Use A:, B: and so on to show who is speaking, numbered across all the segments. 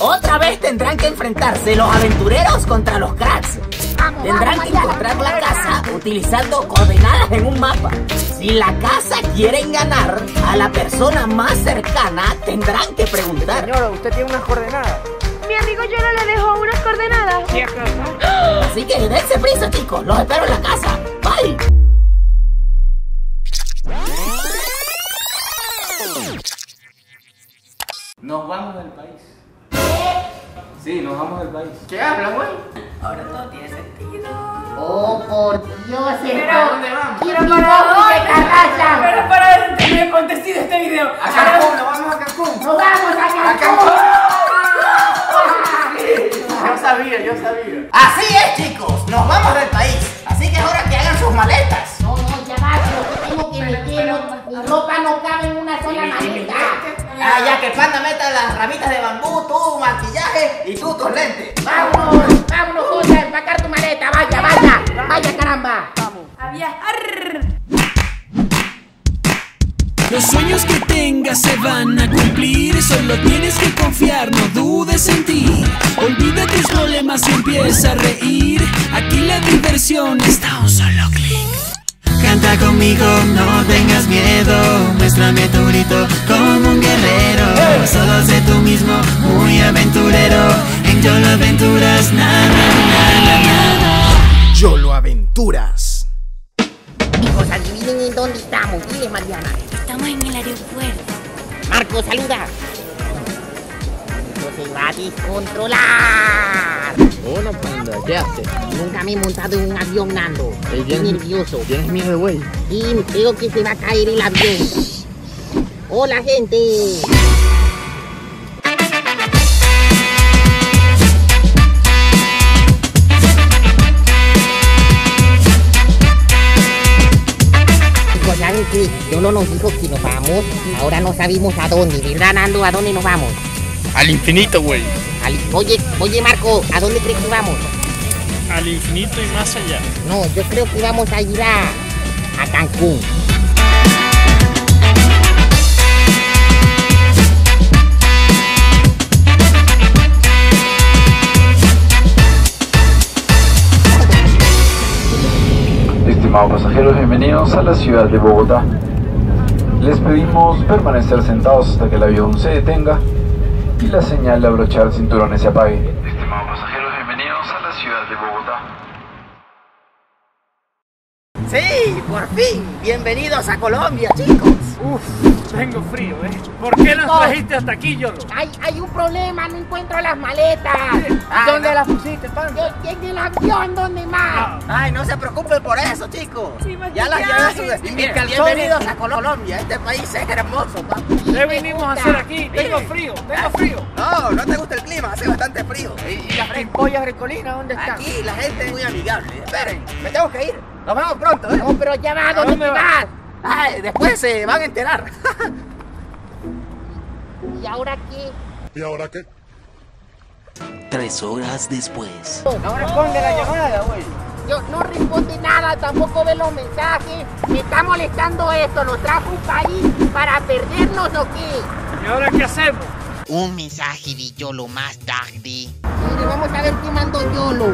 A: Otra vez tendrán que enfrentarse los aventureros contra los cracks. Tendrán que encontrar la casa utilizando coordenadas en un mapa. Si la casa quieren ganar, a la persona más cercana tendrán que preguntar.
B: Señora, usted tiene unas coordenadas.
C: Mi amigo yo no le dejó unas coordenadas.
A: Así que dense prisa, chicos. Los espero en la casa. Bye.
D: Nos vamos del país. Sí, nos vamos del país.
B: ¿Qué hablas, güey?
E: Oh, por Dios,
B: dónde vamos?
E: quiero mi de Carracha.
F: Pero para dónde me he acontecido este video.
B: A Cancún, nos vamos a Cancún.
E: Nos vamos a
B: A
E: Cancún.
B: Cancún. Yo sabía, yo sabía.
A: Así es, chicos. Nos vamos del país. Así que es hora que hagan sus maletas.
E: No, no, ya va, pero tengo que meterlo. Mi ropa no cabe en una sola maleta.
A: Ah, ya que el panda meta las ramitas de bambú, tu maquillaje y tú tus lentes.
E: Vámonos, vámonos, José, a empacar tu maleta. Vaya, vaya, vaya, caramba.
C: A viajar.
G: Los sueños que tengas se van a cumplir, solo tienes que confiar, no dudes en ti. Olvida tus problemas y empieza a reír. Aquí la diversión está a un solo clic. Canta conmigo, no tengas miedo. Muéstrame tu grito como un guerrero. Solo sé tú mismo, muy aventurero. En Yo lo aventuras, nada, nada, nada.
H: Yo lo aventuras.
E: Chicos, adivinen en dónde estamos. Dile, Mariana.
I: Estamos en el aeropuerto.
E: Marco, saluda. Esto se va a descontrolar.
B: Hola, panda, ¿qué haces?
E: Nunca me he montado en un avión, Nando.
B: Ey,
E: Estoy
B: bien.
E: nervioso.
B: ¿Tienes miedo, güey?
E: Y creo que se va a caer el avión. Hola, gente. Chicos, ¿Saben qué? Lolo nos dijo que nos vamos. Ahora no sabemos a dónde, ¿verdad, Nando? ¿A dónde nos vamos?
H: Al infinito, güey.
E: Al- Oye, oye, Marco, ¿a dónde crees que vamos?
H: Al infinito y más allá.
E: No, yo creo que vamos a ir a, a Cancún.
D: Estimados pasajeros, bienvenidos a la ciudad de Bogotá. Les pedimos permanecer sentados hasta que el avión se detenga y la señal de abrochar cinturones se apague. Estimados pasajeros, bienvenidos a la ciudad de Bogotá.
A: Sí, por fin. Bienvenidos a Colombia, chicos.
F: Uf, tengo frío, ¿eh? ¿Por qué nos
E: No.
F: trajiste hasta aquí, Yolo?
E: Hay, hay un problema, no encuentro las maletas.
B: ¿Dónde las pusiste, panda?
E: ¿Qué- En el avión, ¿dónde más?
A: Ay, no se preocupen por eso, chicos. ya las llevé a su destino.
B: calzones.
A: Bienvenidos a Colombia. Este país es hermoso, papi.
F: ¿Qué vinimos a hacer aquí? Tengo frío, tengo frío.
A: No, no te gusta el clima, hace bastante frío.
B: ¿Y las pollas grecolinas dónde están?
A: Aquí la gente es muy amigable. Esperen, me tengo que ir. Nos vemos pronto, ¿eh?
E: No, pero ya va, ¿dónde,
F: dónde
E: te
F: vas?
E: vas?
B: Ah,
A: Ay, después se van a enterar.
E: ¿Y ahora qué?
H: ¿Y ahora qué?
G: Tres horas después.
B: No responde la llamada, güey.
E: Oh. Yo no responde nada, tampoco ve los mensajes. Me está molestando esto, nos trajo un país para perdernos o qué.
F: ¿Y ahora qué hacemos?
E: Un mensaje de Yolo más tarde. Mire, vamos a ver qué mandó Yolo.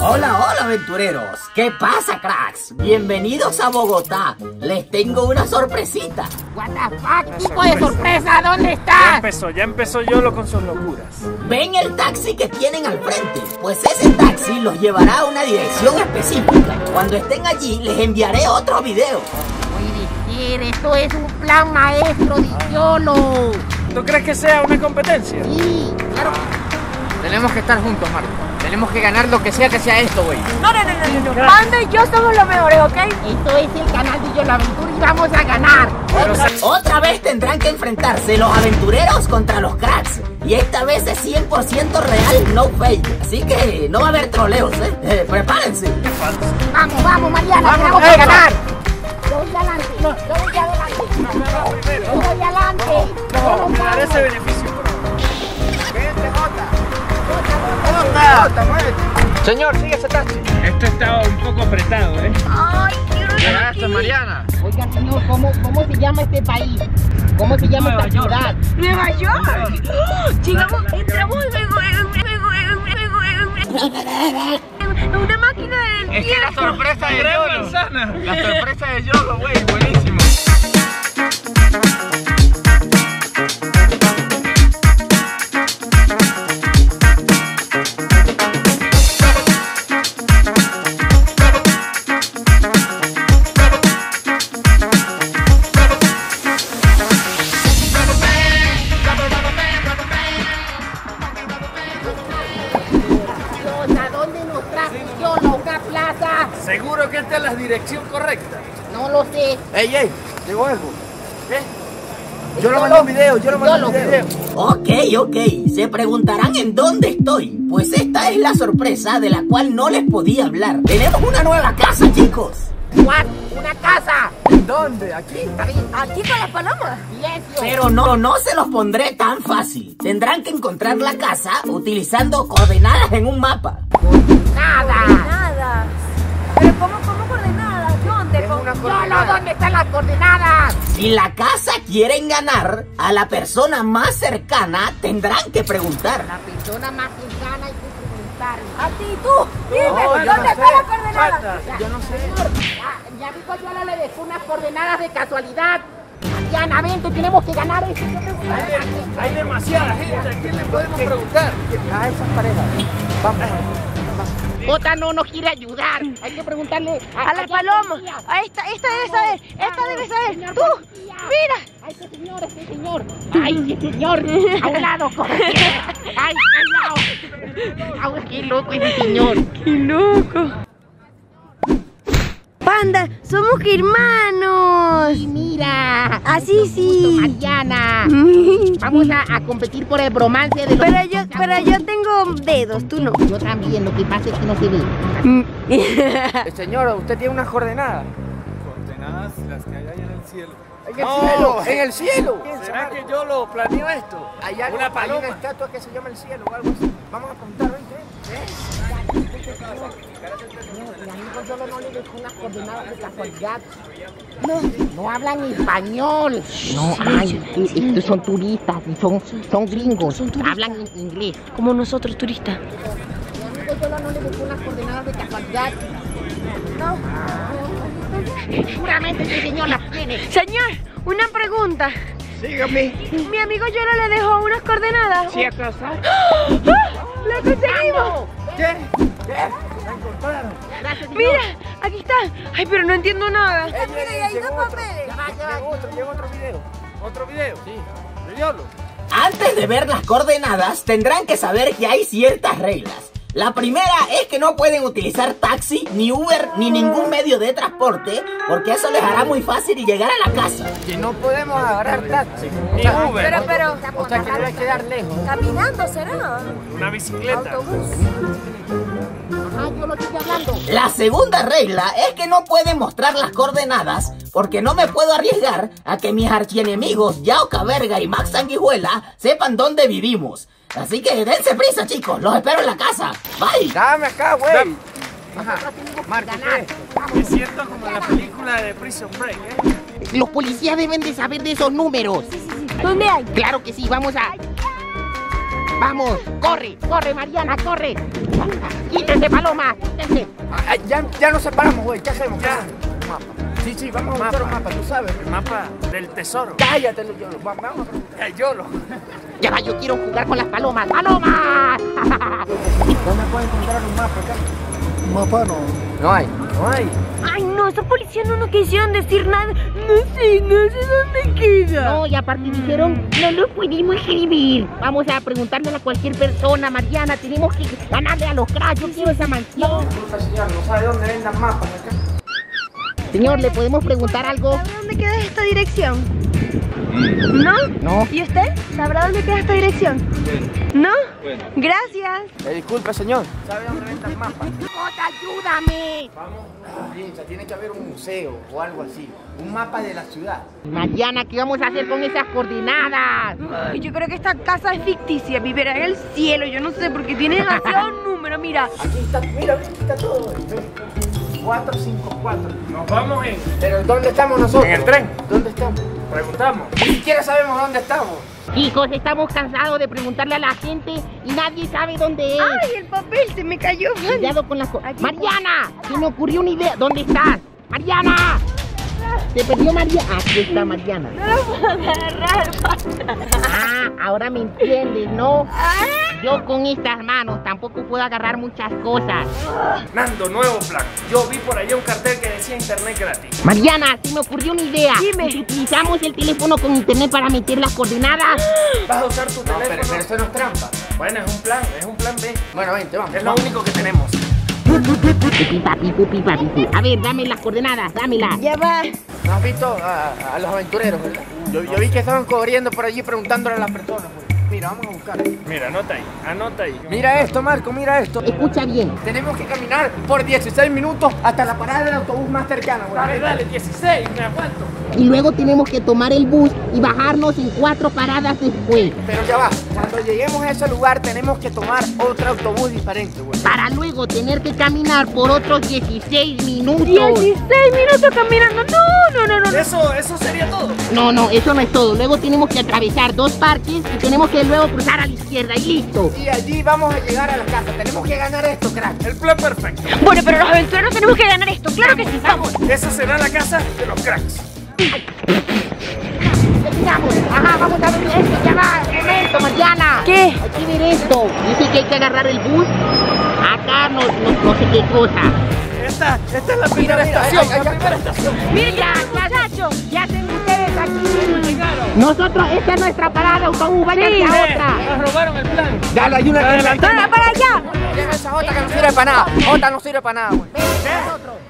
A: Hola, hola aventureros. ¿Qué pasa, cracks? Bienvenidos a Bogotá. Les tengo una sorpresita.
E: What the fuck, tipo de sorpresa, ¿dónde
F: Ya
E: estás?
F: empezó, ya empezó Yolo con sus locuras.
A: Ven el taxi que tienen al frente, pues ese taxi los llevará a una dirección específica. Cuando estén allí les enviaré otro video.
E: Puede ser, esto es un plan maestro
B: Ah.
E: de Yolo.
F: ¿Tú crees que sea una competencia?
E: Sí, claro.
B: Tenemos que estar juntos, Marco. Tenemos que ganar lo que sea que sea esto, güey.
C: No, no, no, no, no. no. Panda y yo somos los mejores, ¿ok?
E: Esto es el canal de Yolo Aventura y vamos a ganar.
A: Otra, otra vez tendrán que enfrentarse los aventureros contra los cracks. Y esta vez es 100% real, no fake. Así que no va a haber troleos, ¿eh? Eh, prepárense.
E: Vamos, vamos, Mariana,
F: Vamos,
E: tenemos que
F: Eva.
E: ganar. Yo voy adelante, yo voy adelante, yo voy adelante.
F: No,
E: Vamos,
F: me daré
E: vamos.
F: ese beneficio. por favor.
B: Señor, sigue ese taxi.
F: Esto estaba un poco apretado, ¿eh?
C: Ay, quiero ir
B: Llegaste,
C: aquí.
B: Mariana.
E: Oiga, señor, ¿cómo, ¿cómo se llama este país? ¿Cómo se llama esta ciudad?
C: Nueva York. ¡Ah! Llegamos, entramos Una máquina del
B: Es que la
C: tiempo.
B: sorpresa de Yolo. La sorpresa de Yolo, güey, buenísimo.
E: Dios, ¿a dónde nos trajo Yolo? ¿Una plaza?
F: Seguro que esta es la dirección correcta.
E: No lo sé.
B: Ey, ey, llegó algo.
F: ¿Eh?
A: Yo lo mando un video, yo lo mando un video. Ok, ok. Se preguntarán en dónde estoy. Pues esta es la sorpresa de la cual no les podía hablar. Tenemos una nueva casa, chicos.
E: ¿What? ¿Una casa?
B: ¿Dónde? ¿Aquí?
C: Aquí con las palomas.
E: Silencio.
A: Pero no, no se los pondré tan fácil. Tendrán que encontrar la casa utilizando coordenadas en un mapa.
E: Nada.
C: Nada. Pero ¿cómo, cómo coordenadas? ¿Dónde? Con-
E: Yolo, ¿dónde están las coordenadas?
A: Si la casa quieren ganar, a la persona más cercana tendrán que preguntar.
E: La persona más cercana hay que preguntarle.
C: A ti, tú. Dime, ¿dónde
B: yo no
C: están
B: sé.
C: las coordenadas?
B: Falta. Yo no sé.
E: Ya, ya dijo Yolo, le dejó unas coordenadas de casualidad. Mariana, vente, tenemos que ganar esto. Yo tengo que ganar esto.
F: Hay demasiada gente. ¿A quién le podemos preguntar?
B: A esas parejas. Vamos.
E: Jota no nos quiere ayudar. Hay que preguntarle
C: A las palomas. A esta, esta debe saber. Esta debe saber. Tú. Mira.
E: ¡Ay, este señor, este señor! ¡Ay, este señor! ¡A un lado, coge! ¡Ay, al lado! ¡Ay, qué loco ese señor!
C: Qué loco. Panda, somos hermanos.
E: ¡Y mira!
C: Así
E: Justo,
C: sí.
E: Mariana!
C: Mm.
E: Vamos a, a competir por el bromance de los...
C: Pero yo, pero yo tengo dedos, tú no.
E: Yo también, lo que pasa es que no se ve.
C: Mm.
B: Eh, Señora, usted tiene unas coordenadas.
F: Coordenadas las que hay allá en el cielo.
B: En el cielo, en el cielo.
F: ¿Será que yo lo planeo esto?
B: Hay algo-
F: Una
B: hay una
F: paloma.
B: estatua que se llama el cielo o algo así. Vamos a preguntar, ¿viste?
E: Mi amigo Yolo no le dejó unas coordenadas de casualidad. No, no hablan español. No, ay, estos son turistas y son, son gringos. hablan en inglés.
I: Como nosotros, turistas.
E: Mi amigo Yolo no le dejó unas coordenadas de casualidad. No. Seguramente ese señor las tiene.
C: Señor, una pregunta.
B: Sígame.
C: Mi amigo Yolo le dejó unas coordenadas. ¡La conseguimos!
B: ¿Qué? ¿Qué? La encontraron.
E: Gracias, señor.
C: Mira, aquí está. Ay, pero no entiendo nada.
B: Ahí está, mira, y ahí llegó otro.
E: Ya va, ya va.
B: Llegó otro, llegó otro video.
F: ¿Otro video?
B: Sí. ¿De Yolo?
A: Antes de ver las coordenadas, tendrán que saber que hay ciertas reglas. La primera es que no pueden utilizar taxi, ni Uber, ni ningún medio de transporte, porque eso les hará muy fácil llegar a la casa.
B: Que no podemos agarrar taxi.
F: Ni Uber.
C: Pero, pero,
B: O sea, que debe quedar lejos.
C: caminando será.
F: Una bicicleta.
C: Ah,
E: Ajá, yo lo estoy hablando.
A: La segunda regla es que no pueden mostrar las coordenadas, porque no me puedo arriesgar a que mis archienemigos Yao Caberga y Max Sanguijuela sepan dónnde vivimos. Así que dense prisa, chicos. Los espero en la casa. Bye.
B: Dame acá, güey. Ajá. Marco, ¿qué?
F: Me siento como en la película de Prison Break, ¿eh?
E: Los policías deben de saber de esos números.
C: ¿Dónde hay?
E: Claro que sí, vamos a. Vamos, corre, corre, Mariana, corre. Quítense, paloma, quítense.
B: Ah, Ya, ya nos separamos, güey. ¿Qué hacemos?
F: Ya.
B: Mapa. Sí, sí, vamos a buscar un mapa, tú sabes.
F: El mapa del tesoro.
B: Cállate, Yolo. Va- Vamos a preguntar.
F: Yolo.
E: Ya va, yo quiero jugar con las palomas. ¡Palomas!
B: ¿No me pueden encontrar un mapa acá?
H: Mapa no.
B: No hay. No hay.
C: Ay, no, esa policía no nos quisieron decir nada. No sé, no sé dónde queda.
E: No, y aparte dijeron, no lo pudimos escribir. Vamos a preguntarle a cualquier persona, Mariana. Tenemos que ganarle a los cracks. Yo quiero esa mansión.
B: Disculpa, señor, no sabe dónde vendan mapas acá.
E: Señor, ¿le podemos preguntar algo?
C: ¿Sabe dónde queda esta dirección? ¿No?
B: Mm. No.
C: ¿Y usted? ¿Sabrá dónde queda esta dirección? ¿No? Gracias.
B: Eh, disculpe, señor. ¿Sabe dónde vendan mapas?
E: ¡Jota, ayúdame!
B: Vamos. o sea, tiene que haber un museo o algo así. Un mapa de la ciudad.
E: Mariana, ¿qué vamos a hacer con esas coordenadas?
C: Ay, yo creo que esta casa es ficticia, vivirá en el cielo, yo no sé, porque tiene demasiados números, mira.
B: Aquí está, mira, aquí está todo. güey.
F: 454. Nos vamos en.
B: Pero ¿dónde estamos nosotros?
F: En el tren.
B: ¿Dónde estamos?
F: Preguntamos. Ni siquiera sabemos dónde estamos.
E: Chicos, estamos cansados de preguntarle a la gente y nadie sabe dónde es.
C: ¡Ay, el papel se me cayó!
E: Cuidado con las cosas. Mariana, se me ocurrió una idea. ¿Dónde estás? Mariana. Se perdió Mariana. Aquí está Mariana.
C: No lo puedo agarrar,
E: Ah, ahora me entiendes, ¿no?
C: Ah.
E: Yo con estas manos tampoco puedo agarrar muchas cosas.
F: Nando, nuevo plan. Yo vi por allá un cartel que decía internet gratis.
E: Mariana, se me ocurrió una idea. ¿Y si utilizamos el teléfono con internet para meter las coordenadas.
F: Vas a usar tu
B: No, pero,
F: teléfono.
B: pero eso no es trampa.
F: Bueno, es un plan, es un plan B.
B: Bueno, vente, vamos.
F: Es lo único que tenemos.
E: Pipi, papi, pipi, papi, pi. A ver, dame las coordenadas, dámelas.
C: Ya va.
B: ¿No has visto a, a los aventureros, verdad? Yo, yo vi que estaban corriendo por allí preguntándole a las personas. güey. Mira, vamos a buscar.
F: Mira, anota ahí, anota ahí.
B: Mira esto, Marco, mira esto.
E: Escucha bien.
B: Tenemos que caminar por 16 minutos hasta la parada del autobús más cercana, güey.
F: Dale, dale, 16, me aguanto.
E: Y luego tenemos que tomar el bus y bajarnos en cuatro paradas después.
B: Pero ya va, cuando lleguemos a ese lugar tenemos que tomar otro autobús diferente, güey.
E: Para luego tener que caminar por otros 16 minutos.
C: 16 minutos caminando. No, no, no, no. no.
F: Eso, eso sería todo.
E: No, no, eso no es todo. Luego tenemos que atravesar dos parques y tenemos que luego cruzar a la izquierda y listo.
B: Y allí vamos a llegar a la casa. Tenemos que ganar esto, crack.
F: El plan perfecto.
C: Bueno, pero los aventureros tenemos que ganar esto. Claro que sí, vamos.
F: Esa será la casa de los cracks.
E: Terminamos. Ajá, vamos a ver esto. Ya va. Un Momento, Mariana.
C: ¿Qué?
E: Hay que ver esto. Dice que hay que agarrar el bus. Acá no, no, no sé qué cosa.
F: Esta, esta es la primera estación. la primera estación.
C: Miren, ya, muchachos. Ya hacen ustedes aquí.
E: Nosotros, esta es nuestra parada, autobús. Váyanse a otra.
F: Nos robaron el plan.
B: Dale, hay una
C: ¡Para, para allá!
B: Llega esa jota que no sirve para nada. Jota no sirve para nada, güey.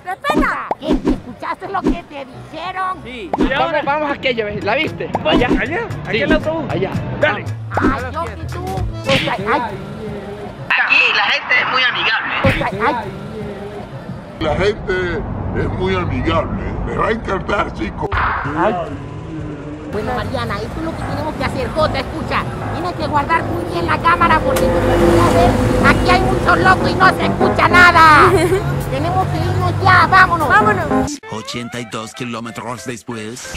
C: ¡Respeta!
E: ¿Qué? Este, ¿Escuchaste lo que te dijeron?
F: Sí. Y ahora
B: Vamos a aquella vez, ¿la viste?
F: allá, allá, aquí el autobús.
B: Allá.
F: Dale.
E: Ay, yo que tú. Pues, ay, ay,
J: Aquí la gente es muy amigable.
E: pues, ay, ay.
H: La gente es muy amigable. Me va a encantar, chicos.
E: Bueno, Mariana, esto es lo que tenemos que hacer. Jota, escucha, tienes que guardar muy bien la cámara porque como puedes ver, aquí hay muchos locos y no se escucha nada. tenemos que irnos ya, vámonos. Vámonos.
G: 82 kilómetros después.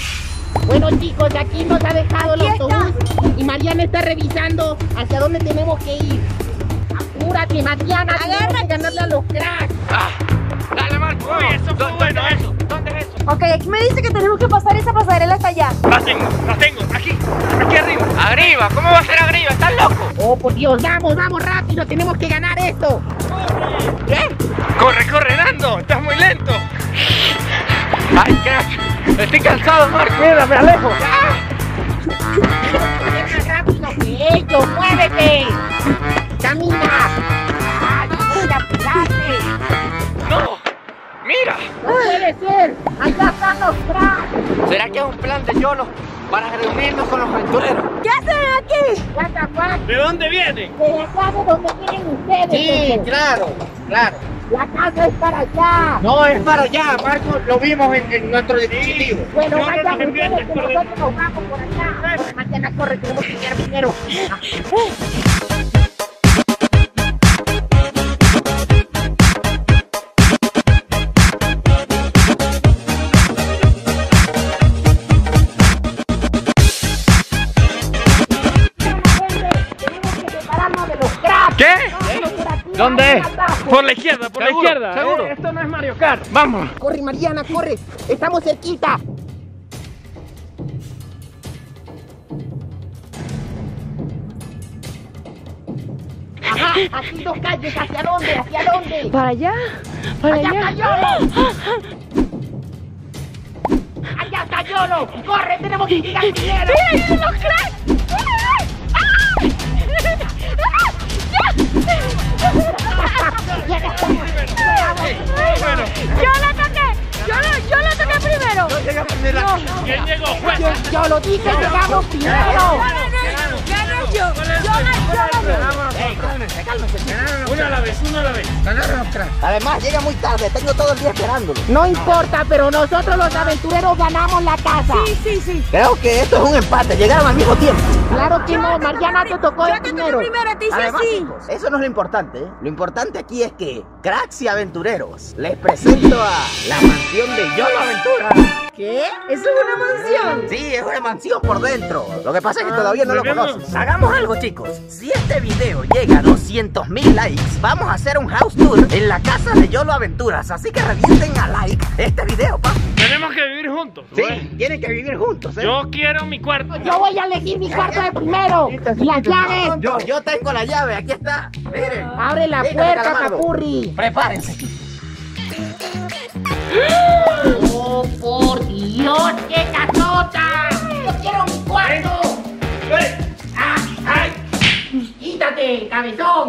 E: Bueno, chicos, aquí nos ha dejado el autobús y Mariana está revisando hacia dónde tenemos que ir. Apúrate, Mariana, agarra a ganarle a los cracks.
B: Dale, Marco. Uy, eso fue bueno, eso.
F: eh.
B: ¿Dónde es eso?
C: Ok, aquí me dice que tenemos que pasar esa pasarela hasta allá.
F: La tengo, la tengo, aquí, aquí arriba.
B: Arriba, ¿cómo va a ser arriba? ¿Estás loco?
E: Oh, por Dios, vamos, vamos rápido, tenemos que ganar esto.
F: Corre, corre, Nando, estás muy lento.
B: Ay, crack. Estoy cansado, Marco. Ah, Mira, me alejo.
E: Es más rápido que ellos, muévete. Camina. Ayuda, apúrate.
B: No. Mira.
E: ¡No puede ser! ¡Allá están los cracks!
B: ¿Será que es un plan de YOLO para reunirnos con los aventureros?
C: ¿Qué hacen aquí?
E: ¡What the fuck!
F: ¿De dónde viene?
E: pues. ¡De la casa donde vienen ustedes! gente.
B: claro, claro.
E: ¡La casa es para allá!
B: No, es para allá, Marco, lo vimos en, en nuestro dispositivo.
E: Bueno,
F: no,
E: vayan
F: no te
E: ustedes
F: envíes,
E: que
F: corre.
E: nosotros nos vamos por allá. Mariana, corre, tenemos que llegar primero. Tenemos que separarnos de los cracks.
F: ¿Qué?
E: Vamos por aquí, vamos
B: ¿Dónde es?
E: al atajo.
F: Por la izquierda, por
B: Seguro,
F: la izquierda.
B: seguro.
F: esto no es Mario Kart. Vamos.
E: Corre, Mariana, corre. Estamos cerquita. Ajá, aquí dos calles. ¿Hacia dónde? ¿Hacia dónde?
C: ¿Para allá? ¿Para
E: ¡Allá
C: allá?
E: está Yolo! ¡Allá está Yolo! ¡Corre, tenemos que llegar primero!
C: ¡Miren los cracks! ¡Ay! ¡Ay!
F: Bueno,
C: ¡Yo lo toqué! ¡Yo lo, yo lo toqué primero!
F: ¿quién llegó? Juez?
E: ¡Yolo, dije llegamos primero!
C: ¡Gané yo! ¡Yo gané! ¡Yo gané!
F: Una a la vez, una a la vez.
E: Además, llega muy tarde. Tengo todo el día esperándolo. No importa, pero nosotros los aventureros ganamos la casa.
C: Sí, sí, sí.
E: Creo que esto es un empate. Llegaron al mismo tiempo. Claro que no, Mariana te tocó de primero.
A: Además, chicos, eso no es lo importante. ¿eh? Lo importante aquí es que, cracks y aventureros, les presento a la mansión de Yolo Aventura.
K: ¿Qué? ¿Eso es una mansión? Ah,
A: Sí, es una mansión por dentro. Lo que pasa es que todavía no lo conoces. Hagamos algo, chicos. Si este video llega a 200 mil likes, vamos a hacer un house tour en la casa de Yolo Aventuras. Así que revienten a like este video, papi.
F: Tenemos que vivir juntos.
A: Sí, tienen que vivir juntos, ¿eh?
F: Yo quiero mi cuarto.
E: Yo voy a elegir mi cuarto de primero. Y las llaves.
A: Yo, yo tengo la llave, aquí está. Miren.
E: Abre la
A: Venga,
E: puerta,
A: Calamardo.
E: Capurri.
A: Prepárense.
K: ¡Oh, por Dios! ¡Qué casota! ¡Yo quiero un cuarto! ¡Ay, ay! ¡Quítate, cabezón!